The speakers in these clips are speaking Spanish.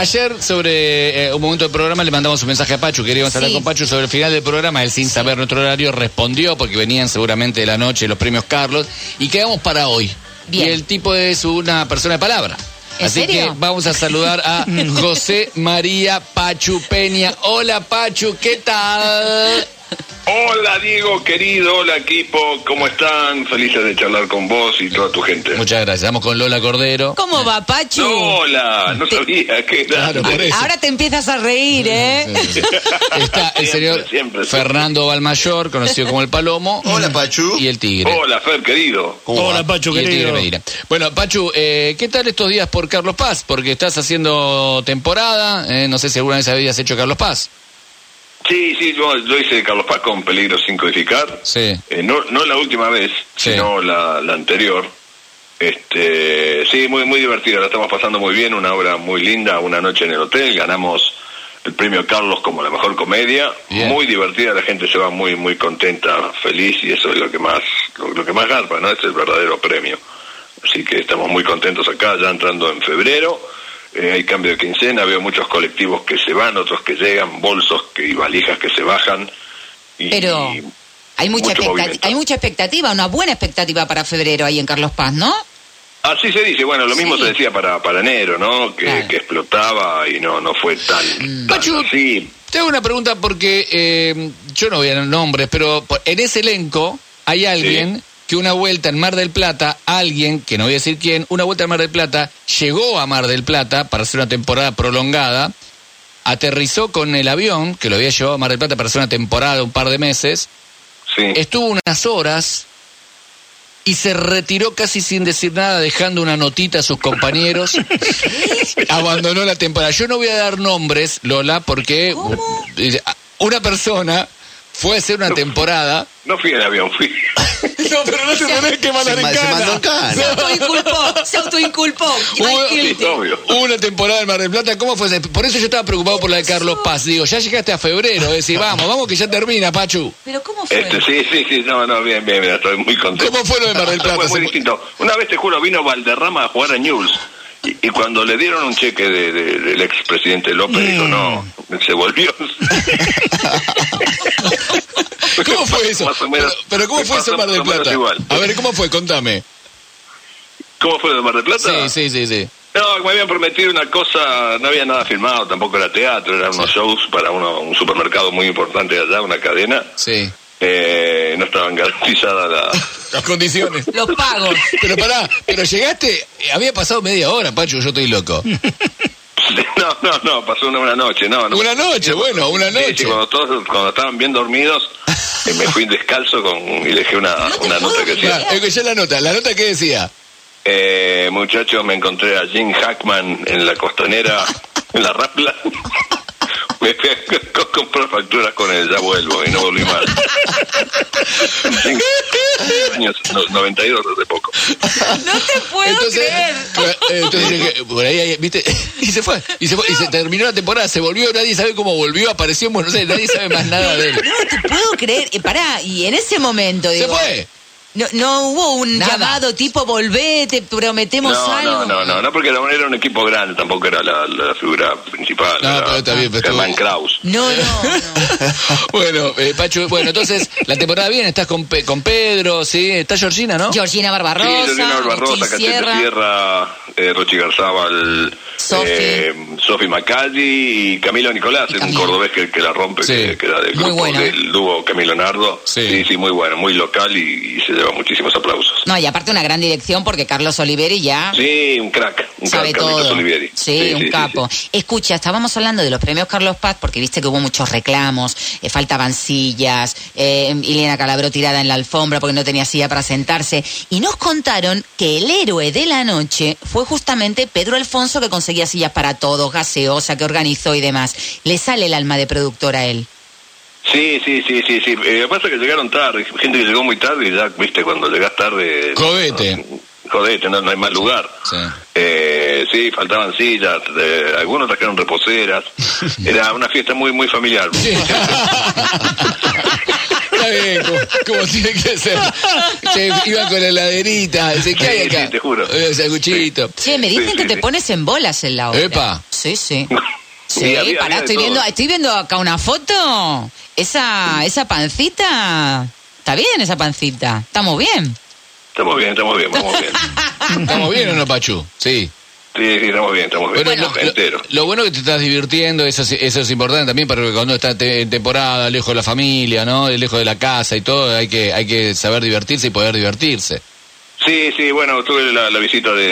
Ayer, sobre eh, un momento del programa, le mandamos un mensaje a Pachu. Queríamos hablar Sí. con Pachu sobre el final del programa. Él, sin saber nuestro horario, respondió porque venían seguramente de la noche los premios Carlos. Y quedamos para hoy. Bien. Y el tipo es una persona de palabra. ¿En Así serio? que vamos a saludar a José María Pachu Peña. Hola, Pachu, ¿qué tal? Hola Diego querido, hola equipo, ¿cómo están? Felices de charlar con vos y toda tu gente. Muchas gracias. Vamos con Lola Cordero. ¿Cómo va, Pachu? No, hola, no sabía que era. Claro, por eso. Ahora te empiezas a reír, ¿eh? Sí, sí, sí. Está el Siempre, señor siempre, sí. Fernando Balmayor, conocido como el Palomo. Hola, Pachu. Y el Tigre. Hola Fer querido. Hola, Pachu, Bueno, Pachu, eh, ¿qué tal estos días por Carlos Paz? Porque estás haciendo temporada, eh, no sé si alguna vez habías hecho Carlos Paz. Sí, sí, yo, yo hice Carlos Paz con Peligro sin codificar. Sí. Eh, no, no la última vez, Sí. sino la, la anterior. Este, sí, muy, muy divertido, la estamos pasando muy bien, una obra muy linda, una noche en el hotel, ganamos el premio Carlos como la mejor comedia, Bien. muy divertida, la gente se va muy, muy contenta, feliz, y eso es lo que más, lo, lo que más garpa, ¿no? Es el verdadero premio. Así que estamos muy contentos acá, ya entrando en febrero, eh, hay cambio de quincena, veo muchos colectivos que se van, otros que llegan, bolsos que, y valijas que se bajan. y- Pero y- hay mucha, mucho expectati- movimiento. hay mucha expectativa, una buena expectativa para febrero ahí en Carlos Paz, ¿no? Así se dice, bueno, lo mismo Sí. se decía para, para enero, ¿no? Que, Claro. que explotaba y no no fue tan, tan Pachu. así. Te hago una pregunta porque eh, yo no voy a dar nombres, pero por- en ese elenco hay alguien que una vuelta en Mar del Plata, alguien, que no voy a decir quién, una vuelta en Mar del Plata, llegó a Mar del Plata para hacer una temporada prolongada, aterrizó con el avión, que lo había llevado a Mar del Plata para hacer una temporada, un par de meses, Sí. estuvo unas horas y se retiró casi sin decir nada, dejando una notita a sus compañeros. Abandonó la temporada. Yo no voy a dar nombres, Lola, porque ¿Cómo? una persona fue a hacer una temporada. No fui en avión, fui. No, pero no te ponés que Se, ma- se mandó en Se cana. autoinculpó, se autoinculpó. Hubo- I'm guilty. obvio. Una temporada en Mar del Plata, ¿cómo fue? Por eso yo estaba preocupado por la de Carlos Paz. Digo, ya llegaste a febrero, es decir, vamos, vamos que ya termina, Pachu. Pero ¿cómo fue? Este, sí, sí, sí, no, no, bien, bien, mira, estoy muy contento. ¿Cómo fue lo de Mar del Plata? Fue muy distinto. Una vez, te juro, vino Valderrama a jugar a News. Y, y cuando le dieron un cheque de, de- del expresidente López, dijo, no, se volvió. ¿Cómo fue eso? Más o menos. pero, pero ¿cómo Me fue eso en Mar pasó del más o Plata? menos igual. A ver, ¿cómo fue? Contame. ¿Cómo fue lo de Mar del Plata? Sí, sí, sí, sí. No, me habían prometido una cosa, no había nada filmado, tampoco era teatro, eran unos shows para uno, un supermercado muy importante de allá, una cadena. Sí. Eh, no estaban garantizadas la... Las condiciones. Los pagos. Pero pará, pero llegaste, eh, había pasado media hora, Pacho, yo estoy loco. No, no, no, pasó una, una noche, no, no. Una noche, bueno, una Sí, sí, noche. cuando, todos, cuando estaban bien dormidos, eh, me fui descalzo con, y dejé una, te una puedo nota que Pará, decía, escuché la nota, la nota que decía. eh, muchachos, me encontré a Jim Hackman en la costanera, en la rapla, me fui a co- comprar facturas con él, ya vuelvo, y no volví más. Jim años no- 92 hace poco. No te puedo creer. eh, entonces dije, por ahí, ahí, viste, y se fue, y se fue, y se terminó la temporada, se volvió, nadie sabe cómo volvió, apareció en Buenos Aires, nadie sabe más nada de él. No te puedo creer. Eh, pará, y en ese momento, Se digo. fue. No, no hubo un Nada. llamado tipo volvé, te prometemos No, algo. no, no, no, no, porque era un, era un equipo grande, tampoco era la, la figura principal. No, era pero está bien, pero Germán estuvo- Kraus. No, no, no. Bueno, eh, Pacho, bueno, entonces, la temporada viene, estás con, Pe- con Pedro, ¿sí? Está Georgina, ¿no? Georgina Sí, Barbarosa, Lorena Ortiz Barrosa, Cachete Sierra. Sierra, eh, Rochi Garzábal, Sofi. eh, Sofi Macalli y Camilo Nicolás, Y es un Camilo. cordobés que, que la rompe, Sí. que, que era del Muy grupo bueno. del dúo Camilo Nardo. Sí. sí, muy bueno, muy local y, y se lleva muchísimos aplausos. No, y aparte una gran dirección porque Carlos Oliveri ya Sí, un crack, un sabe crack, Carlitos todo. Olivieri. Sí, un capo. Escucha, estábamos hablando de los premios Carlos Paz porque viste que hubo muchos reclamos, eh, faltaban sillas, eh, Elena Calabró tirada en la alfombra porque no tenía silla para sentarse. Y nos contaron que el héroe de la noche fue justamente Pedro Alfonso que conseguía sillas para todos, gaseosa, que organizó y demás. Le sale el alma de productor a él. Sí, sí, sí, sí, sí. Eh, lo que pasa es que llegaron tarde, gente que llegó muy tarde y ya, viste, cuando llegas tarde... Jodete. No, jodete, no, no hay más lugar. Sí. Eh, sí, faltaban sillas, eh, algunos trajeron reposeras. Era una fiesta muy, muy familiar. Sí. está bien, como, como tiene que ser. Che, iba con la heladerita. Dice, ¿qué hay Sí, acá? sí, te juro. Eh, sanguchito. Che, me dicen Sí, que sí, te sí. pones en bolas en la obra. Epa. Sí, sí. Y Sí, había- pará, había de estoy todo. viendo, estoy viendo acá una foto. Esa, esa pancita. Está bien esa pancita. Está muy bien. Estamos bien, estamos bien, vamos bien. ¿Estamos bien o no, Pachu? Sí. Sí, sí, estamos bien, estamos bien. Bueno, lo, entero. lo- lo bueno es que te estás divirtiendo, eso, es- eso es importante también, porque cuando está te- en temporada, lejos de la familia, ¿no? Lejos de la casa y todo, hay que, hay que saber divertirse y poder divertirse. Sí, sí, bueno, tuve la, la visita de,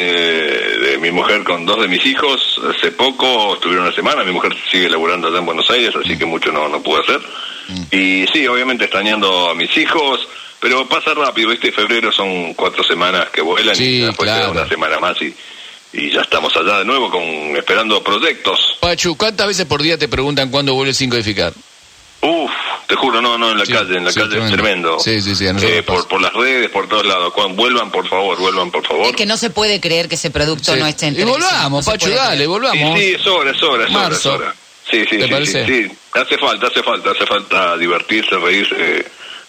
de mi mujer con dos de mis hijos hace poco, estuvieron una semana, mi mujer sigue laburando allá en Buenos Aires, Mm. así que mucho no, no pude hacer. Y sí, obviamente extrañando a mis hijos, pero pasa rápido, este febrero son cuatro semanas que vuelan Sí, y después queda claro. una semana más y, y ya estamos allá de nuevo con esperando proyectos. Pachu, ¿cuántas veces por día te preguntan cuándo vuelves sin codificar? Uf, te juro, no, no, en la Sí, calle, en la sí, calle es tremendo. tremendo. Sí, sí, sí, a nosotros Eh, por, pasa. por las redes, por todos lados. Cuan- Vuelvan, por favor, vuelvan, por favor. Es que no se puede creer que ese producto Sí. no esté en y televisión, volvamos, no se Pachu, puede dale, creer. volvamos. Sí, sí, es hora, es hora, es hora, Marzo. es hora. Sí, sí, ¿Te sí, parece? sí, sí. Hace falta, hace falta, hace falta divertirse, reírse. eh,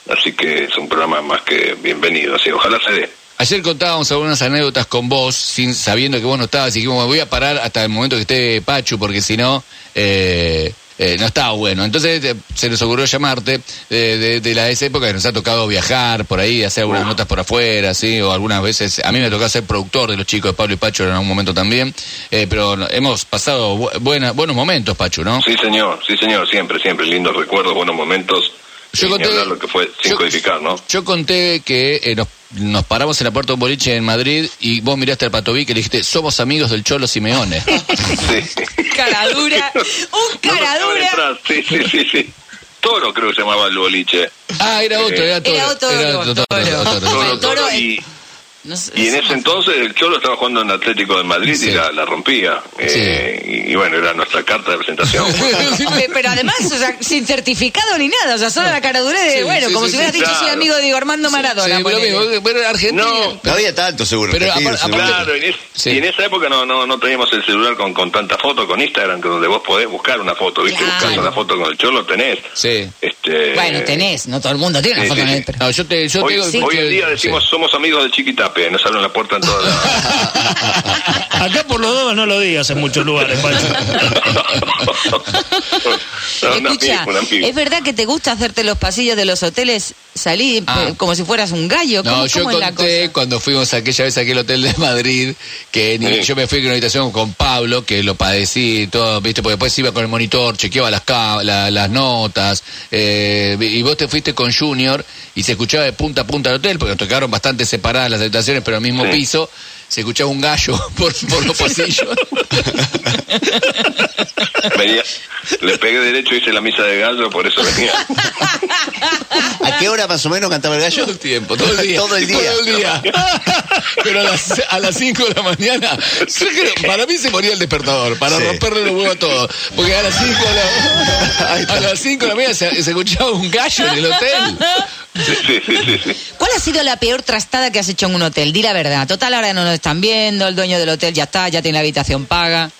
Así que es un programa más que bienvenido. Así, ojalá se dé. Ayer contábamos algunas anécdotas con vos, sin, sabiendo que vos no estabas, y dijimos, "Me voy a parar hasta el momento que esté Pachu, porque si no, eh, eh, no estaba bueno. Entonces eh, se nos ocurrió llamarte eh, de, de la de esa época que nos ha tocado viajar por ahí, hacer algunas Uf. notas por afuera, ¿sí? o algunas veces, a mí me tocó ser productor de los chicos de Pablo y Pachu en algún momento también, eh, pero no- hemos pasado bu- buena- buenos momentos, Pachu, ¿no? Sí, señor, sí, señor, siempre, siempre. Lindos recuerdos, buenos momentos. Yo Yo conté- lo que fue sin yo- codificar, ¿no? Yo conté que eh, nos, nos paramos en la puerta de un boliche en Madrid y vos miraste al Patovic y le dijiste, somos amigos del Cholo Simeone. Sí. Caradura. Un No nos dejaban caradura. entrar, Sí, sí, sí, sí. Toro creo que se llamaba el boliche. Ah, era otro, era otro. Era otro, otro, otro, otro. otro, Toro, otro. El Toro Toro es- y, No sé- Y en ese entonces el Cholo estaba jugando en Atlético de Madrid Sí. y la, la rompía. Eh, y, y bueno, era nuestra carta de presentación. Pe- Eh, Pero además, o sea, sin certificado ni nada, o sea, solo la caradura de, Sí, bueno, sí, como sí, si hubieras sí, dicho, soy claro. amigo de Diego Armando Maradona. Sí, pero ponele. mismo, pero Argentina. No. No había tanto, seguro. Pero repetido, apar- seguro. claro, y en, es- Sí. y en esa época no, no, no teníamos el celular con, con tanta foto, con Instagram, que donde vos podés buscar una foto, ¿viste? Claro. Buscando la foto con el Cholo, tenés. Sí. Este, Bueno, tenés, no todo el mundo tiene una Sí, foto sí, en sí. el pero- No, yo te, yo te Hoy, digo que- hoy en día decimos sí. somos amigos de Chiquitape, nos salen la puerta en toda la... Acá por los dos no lo digas en muchos lugares, Pacho. No, un Escucha, amigo, un amigo. ¿es verdad que te gusta hacerte los pasillos de los hoteles, salir Ah. eh, como si fueras un gallo? ¿Cómo, No, yo cómo es la conté cosa? cuando fuimos aquella vez a aquel hotel de Madrid, que ni- Sí. yo me fui con una habitación con Pablo, que lo padecí y todo, ¿viste? Porque después iba con el monitor, chequeaba las, ca- la- las notas, eh, y vos te fuiste con Junior y se escuchaba de punta a punta el hotel, porque nos tocaron bastante separadas las habitaciones, pero al mismo Sí. piso, se escuchaba un gallo por, por los pasillos. Venía, le pegué derecho, hice la misa de gallo, por eso venía. ¿A qué hora más o menos cantaba el gallo? Todo el tiempo, todo el día. Todo el día. Todo el día. Pero a las, a las 5 de la mañana, yo creo- para mí se moría el despertador, para Sí. romperle los huevos a todos. Porque a las 5 de Ahí la, está. a las 5 de la mañana se, se escuchaba un gallo en el hotel. Sí, sí, sí, sí, sí. ¿Cuál ha sido la peor trastada que has hecho en un hotel? Di la verdad. Total, ahora no nos están viendo, el dueño del hotel ya está, ya tiene la habitación paga.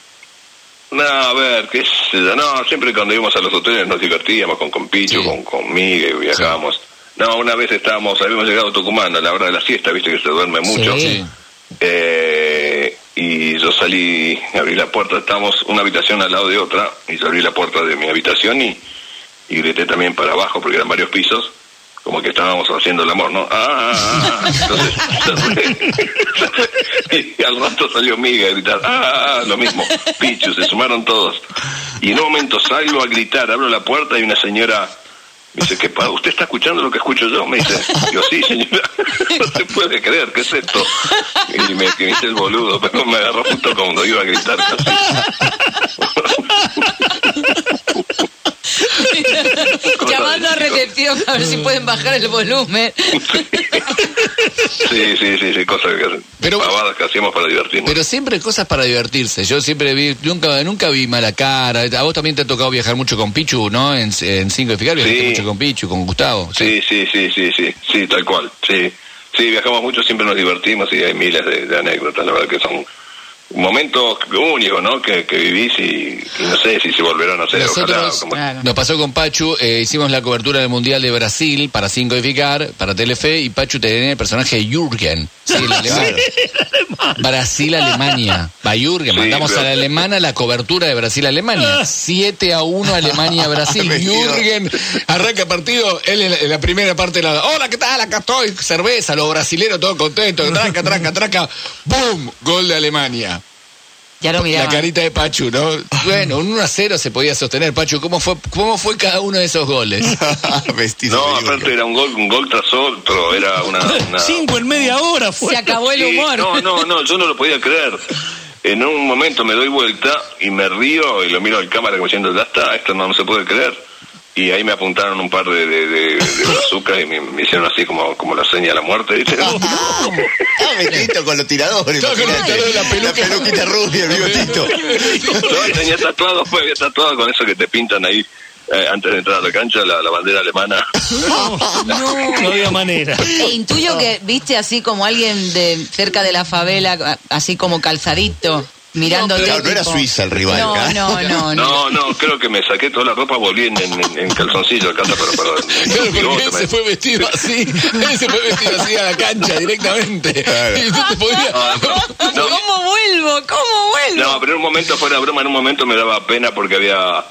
No, a ver, qué sé yo. No, siempre cuando íbamos a los hoteles nos divertíamos con Compicho, Sí. con, con Miguel, viajábamos. No, una vez estábamos, habíamos llegado a Tucumán a la hora de la siesta, viste que se duerme mucho. Sí. Eh, y yo salí, abrí la puerta, estábamos una habitación al lado de otra, y yo abrí la puerta de mi habitación y, y grité también para abajo, porque eran varios pisos, como que estábamos haciendo el amor, ¿no? Ah, ah, ah. Entonces, y al rato salió Miga a gritar, ah, ah, ah, lo mismo, Pichu, se sumaron todos. Y en un momento salgo a gritar, abro la puerta y una señora... Me dice, ¿qué pa- ¿Usted está escuchando lo que escucho yo? Me dice, yo sí, señora. No se puede creer, ¿qué es esto? Y me, que me hice el boludo, pero me agarró justo cuando iba a gritar. Llamando a recepción a ver si pueden bajar el volumen. Sí, sí, sí, sí, cosas que, Pero- pavadas que hacíamos para divertirnos. Pero siempre cosas para divertirse. Yo siempre vi, nunca, nunca vi mala cara. A vos también te ha tocado viajar mucho con Pichu, ¿no? En, en Cinco de Ficar, viajaste Sí. mucho con Pichu, con Gustavo. Sí, sí, sí, sí, sí, sí, tal cual, sí. Sí, viajamos mucho, siempre nos divertimos y hay miles de, de anécdotas, la verdad que son momentos únicos, ¿no? Que, que vivís y, y no se sé si se volverán a hacer. ojalá, Nosotros, como- Claro. nos pasó con Pachu, eh, hicimos la cobertura del Mundial de Brasil para Sin Codificar, para Telefe, y Pachu tenía el personaje de Jürgen. Sí, el alemán. Brasil-Alemania. Va Jürgen, Sí, mandamos pero- a la alemana la cobertura de Brasil-Alemania. 7 a 1 Alemania-Brasil. Metido. Jürgen arranca partido, él en la, en la primera parte de la... Hola, ¿qué tal? Acá estoy, cerveza, los brasileros todos contentos, tranca, tranca, tranca. ¡Bum! Gol de Alemania. Ya lo miraba. La carita de Pachu, ¿no? Bueno, un 1 a 0 se podía sostener. Pachu, ¿cómo fue, cómo fue cada uno de esos goles? Vestido. No, de Jürgen. aparte era un gol, un gol tras otro, era una... una- Cinco en media hora fue. Se acabó el Sí, humor. No, no, no, yo no lo podía creer. En un momento me doy vuelta y me río y lo miro al cámara como diciendo, ya está, esto no, no se puede creer. Y ahí me apuntaron un par de, de, de- de bazookas y me, me hicieron así como, como la seña de la muerte. ¿viste? Ah, vestido con los tiradores. Todo con los imagínate. tiradores, la peluca. peluquita rubia, el bigotito. No, tenía tatuado, pues había tatuado con eso que te pintan ahí eh, antes de entrar a la cancha, la, la bandera alemana. No había manera. E intuyo que viste así como alguien de cerca de la favela, así como calzadito, mirando. pero- Claro, no era Suiza el rival, No, ¿ah? no, no. no. No, no, creo que me saqué toda la ropa, volví en, en, en calzoncillo al casa, pero perdón. Claro, porque él se fue vestido así. Él se fue vestido así a la cancha directamente. Claro. Y no te podía- No. ¿Cómo vuelvo? ¿Cómo vuelvo? No, pero en un momento, fuera de broma, en un momento me daba pena porque había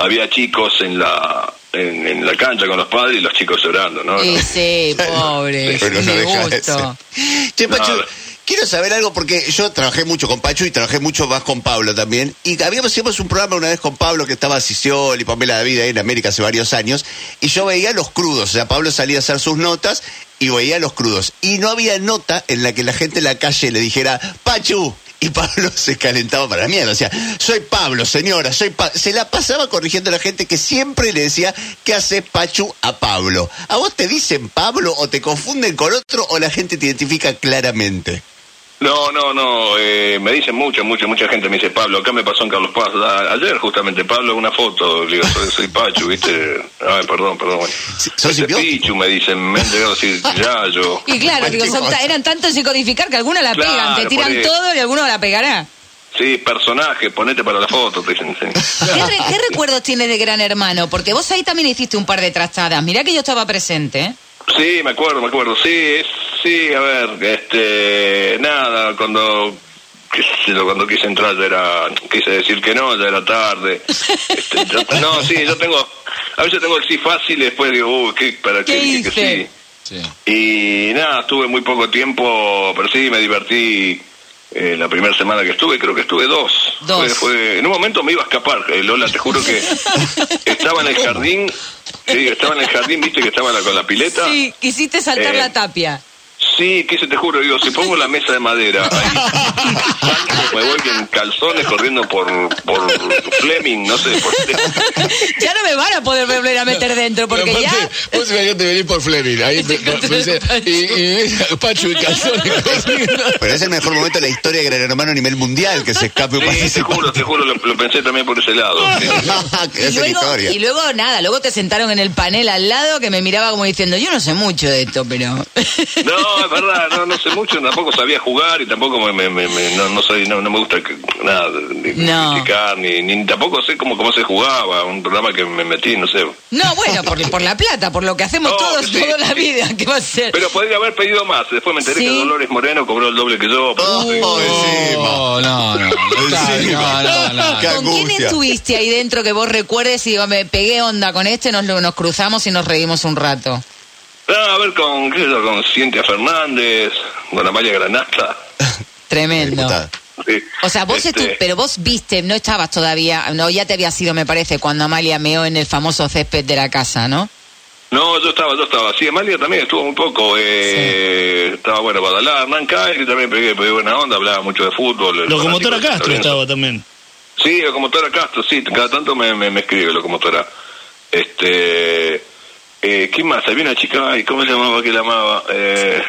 había chicos en la en, en la cancha con los padres y los chicos llorando, ¿no? Sí, sí, pobre. Pero no me deja de gusto. ser. Che, Pachu, No. quiero saber algo porque yo trabajé mucho con Pachu y trabajé mucho más con Pablo también. Y habíamos hicimos un programa una vez con Pablo que estaba Sisiol y Pamela David ahí en América hace varios años. Y yo veía los crudos. O sea, Pablo salía a hacer sus notas y veía los crudos. Y no había nota en la que la gente en la calle le dijera, Pachu. Y Pablo se calentaba para la mierda. O sea, soy Pablo, señora, soy Pa-". Se la pasaba corrigiendo a la gente que siempre le decía, ¿qué hace Pachu a Pablo? ¿A vos te dicen Pablo o te confunden con otro o la gente te identifica claramente? No, no, no, eh, me dicen mucho, mucho, mucha gente me dice, Pablo, acá me pasó en Carlos Paz, a- ayer justamente, Pablo, una foto, le digo, soy, soy Pachu, ¿viste? Ay, perdón, perdón, bueno. Sí, sos Este simbiótico. Pichu, me dicen, me han llegado a decir, ya, yo. Y claro, Cualquier digo, son cosa. ta- eran tantos sin codificar que algunos la Claro, pegan, te tiran por eso. todo y alguno la pegará. Sí, personaje, ponete para la foto, te dicen, sí. ¿Qué, re- qué recuerdos tienes de Gran Hermano? Porque vos ahí también hiciste un par de trastadas. Mirá que yo estaba presente. ¿eh? Sí, me acuerdo, me acuerdo. Sí, es- sí, a ver, este, nada, cuando qué sé yo, cuando quise entrar ya era, quise decir que no, ya era tarde. Este, yo- no, sí, yo tengo, a veces tengo el sí fácil y después digo, uy, ¿qué, ¿para qué, ¿Qué dije que hice? sí? Y nada, estuve muy poco tiempo, pero sí, me divertí eh, la primera semana que estuve, creo que estuve dos. Dos. Fue- fue- en un momento me iba a escapar, eh, Lola, te juro que estaba en el jardín, sí, estaba en el jardín, viste que estaba la- con la pileta. Sí, quisiste saltar Eh, la tapia. Sí, que se te juro, digo, si pongo la mesa de madera ahí, salto, me voy en calzones corriendo por, por Fleming, no sé, por, Ya no me van a poder volver a meter dentro porque Pero ya. aparte, Vos imagínate venir por Fleming. Ahí Te me- encontré me dice- Pachu. y, y Pachu y calzones corriendo. Pero es el mejor momento de la historia de Gran Hermano a nivel mundial que se escape un sí, te juro, te juro, lo, lo pensé también por ese lado. sí. participante. Y Esa es la luego, historia. y luego nada, luego te sentaron en el panel al lado que me miraba como diciendo, yo no sé mucho de esto, pero... No, es verdad, no, no sé mucho, tampoco sabía jugar y tampoco me, me- me- me- no, no soy, no, no me gusta que- nada, ni No. criticar, ni, ni tampoco sé cómo, cómo se jugaba, un programa que me metí, no sé. No, bueno, por, por la plata, por lo que hacemos No, todos sí, toda la sí. vida, ¿qué va a ser? Pero podría haber pedido más, después me enteré Sí. que Dolores Moreno cobró el doble que yo. pero- Oh, encima. No, no, no. Encima. No, no, no. Qué ¿Con quién angustia. estuviste ahí dentro que vos recuerdes y digo, me pegué onda con este, nos, lo- nos cruzamos y nos reímos un rato? Ah, a ver, con, qué sé yo, con Cintia Fernández, con Amalia Granata. Tremendo. Puta. Sí. O sea, vos Este, estu- pero vos viste, no estabas todavía, no, ya te había sido, me parece, cuando Amalia meó en el famoso césped de la casa, ¿no? No, yo estaba, yo estaba. Sí, Amalia también estuvo un poco. Eh, Estaba bueno Badalá, Hernán Caer, que también pegué, pegué buena onda, hablaba mucho de fútbol. el Locomotora fanático de Castro San Lorenzo. estaba también. Sí, Locomotora Castro, sí, cada tanto me, me, me escribe Locomotora. Este. Eh, ¿Quién más? Había una chica, ay, ¿cómo se llamaba que la amaba? Eh,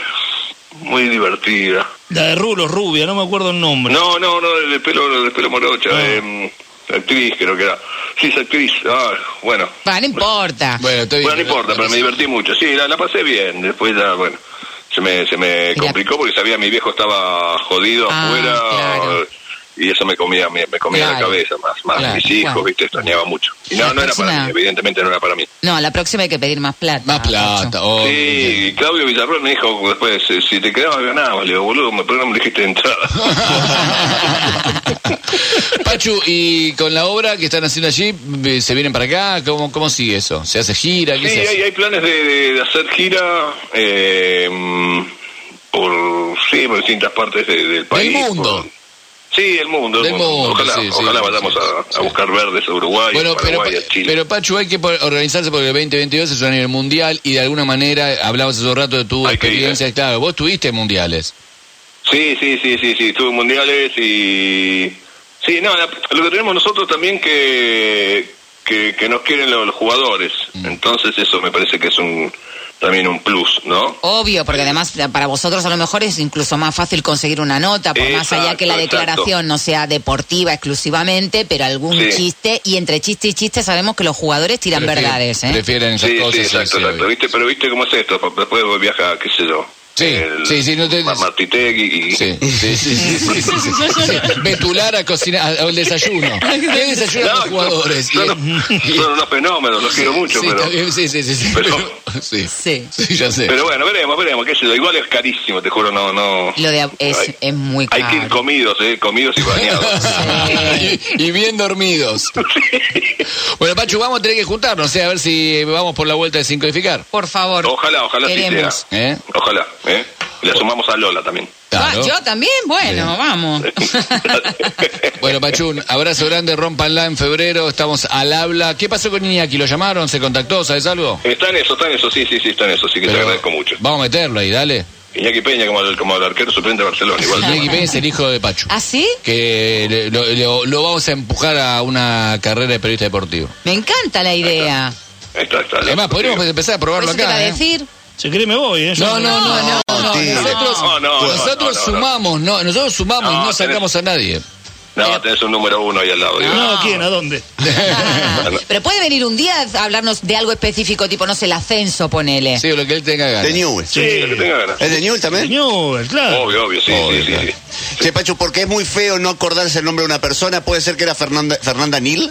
muy divertida. La de Rulo, rubia, no me acuerdo el nombre. No, no, no, el pelo, el pelo morocha, Ah. eh, actriz creo que era. Sí, es actriz, ah, bueno. Va, no importa. Bueno, estoy Bueno, no importa, pero me divertí mucho. Sí, la, la pasé bien, después ya, bueno, se me, se me la- complicó porque sabía mi viejo estaba jodido Ah, afuera. claro. y eso me comía me, me comía la Claro. cabeza más más Claro, mis hijos claro. viste extrañaba mucho y no La no era para próxima- mí evidentemente no era para mí No, la próxima hay que pedir más plata. Más plata, Nacho. obvio. Sí, y Claudio Villarroel me dijo después, eh, si te quedabas ganabas, le digo, boludo, me- pero no me dijiste de entrada. Pachu, y con la obra que están haciendo allí, eh, ¿se vienen para acá? ¿Cómo, cómo sigue eso? ¿Se hace gira? sí, ¿Qué se hace? hay, hay planes de, de- de hacer gira eh, mm, por, sí, por distintas partes de- del país. mundo. por- sí, el mundo. el Del mundo. mundo, Ojalá, sí, sí, ojalá sí, vayamos sí, a, a sí. buscar verdes a Uruguay, Bueno, a pero, Paraguay, a Chile. pero Pachu, hay que por- organizarse porque el 2022 es un nivel mundial y de alguna manera, hablabas hace un rato de tu Hay que ir, ¿eh? experiencia, claro, vos tuviste mundiales. Sí, sí, sí, sí, sí, estuve en mundiales y... Sí, no, la- lo que tenemos nosotros también que, que, que nos quieren los, los jugadores, Mm. entonces eso me parece que es un también un plus, ¿no? Obvio, porque además eh, para vosotros a lo mejor es incluso más fácil conseguir una nota, por más allá que la Exacto, exacto. declaración no sea deportiva exclusivamente, pero algún Sí. chiste, y entre chiste y chiste sabemos que los jugadores tiran Prefieren- verdades, ¿eh? Prefieren esas Sí, cosas. sí, exacto, sí, exacto. obvio. ¿Viste? Pero viste cómo es esto, pa- después viaja, qué sé yo. Sí, sí, sí, no te- Ma- Martitegui y... Sí, sí, sí, sí, sí, sí, sí, sí, sí. Betular a cocinar, al desayuno. ¿Qué desayunan los No, jugadores? Son, son- son unos fenómenos, los quiero mucho, sí, pero... está bien, sí, sí, sí, sí, pero- pero- sí, Sí. sí, ya sé. Pero bueno, veremos, veremos, qué sé yo. Igual es carísimo, te juro, no... no Lo de es, Ay. es muy Hay que ir caro. comidos, ¿eh? Comidos y bañados. y, y bien dormidos. Bueno, Pachu, vamos a tener que juntarnos, ¿eh? a ver si vamos por la vuelta de simplificar. Por favor. Ojalá, ojalá Queremos. sí sea. ¿Eh? Ojalá, ¿eh? Le sumamos a Lola también. Ah, Claro. yo también, bueno, Bien. vamos. Bueno, Pachu, un abrazo grande, rompanla en febrero, estamos al habla. ¿Qué pasó con Iñaki? ¿Lo llamaron? ¿Se contactó? ¿Sabes algo? está en eso, está en eso, sí, sí, sí, está en eso, sí que te Pero agradezco mucho. Vamos a meterlo ahí, dale. Iñaki Peña como el, como el arquero suplente de Barcelona, igual. Iñaki Peña es el hijo de Pachu. ¿Ah, sí? Que le- lo, lo- lo vamos a empujar a una carrera de periodista deportivo. Me encanta la idea. Ahí está, está. Además, podríamos empezar a Por probarlo eso te iba a acá. ¿eh? decir. Si querés me voy, ¿eh? Yo No, no, no, no, no, no. Tira. Nosotros, No, no, no, nosotros no, no, no. sumamos, no, nosotros sumamos, no, No, sacamos a nadie. No, tenés un número uno ahí al lado. digo. No, ¿quién? ¿A dónde? ¿Eh? Ah, Pero puede venir un día a hablarnos de algo específico, tipo, no sé, el ascenso, ponele. Sí, lo que él tenga ganas. De Newell. Sí, lo que tenga ganas. ¿Es de Newell también? Señor, claro. Obvio, obvio, sí, Obvio, sí, sí, claro. sí. Che, Pachu, porque es muy feo no acordarse el nombre de una persona. ¿Puede ser que era Fernanda, Fernanda Nil?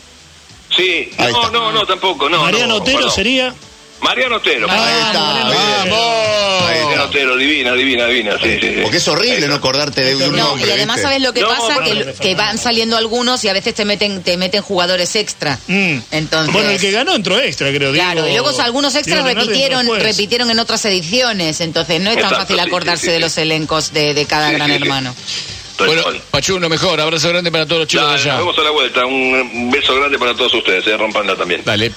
Sí, Ahí no, está. no, no, tampoco, no. Mariano no, Otero perdón. sería. Mariano Otero. Ahí está. Mariano Oh. Mariano ¡Vamos! Otero, divina, divina, divina, sí, sí, sí. Porque es horrible no acordarte de un No, nombre. y además, ¿viste? ¿sabes lo que No, pasa? no, que, no, no, no. que van saliendo algunos y a veces te meten, te meten jugadores extra. Mm. Entonces. Bueno, el que ganó entró extra, creo. Claro, Diego- y luego algunos extras Diego Leonardo repitieron, entró después. repitieron en otras ediciones, entonces no es tan Exacto, fácil sí, acordarse sí, sí, de sí. los elencos de, de cada Sí, gran sí, sí. hermano. Tal Bueno, cual. Pachu, lo mejor. Abrazo grande para todos los chicos Dale, de nos allá. vemos a la vuelta. Un beso grande para todos ustedes. Eh, rompanla también. Dale.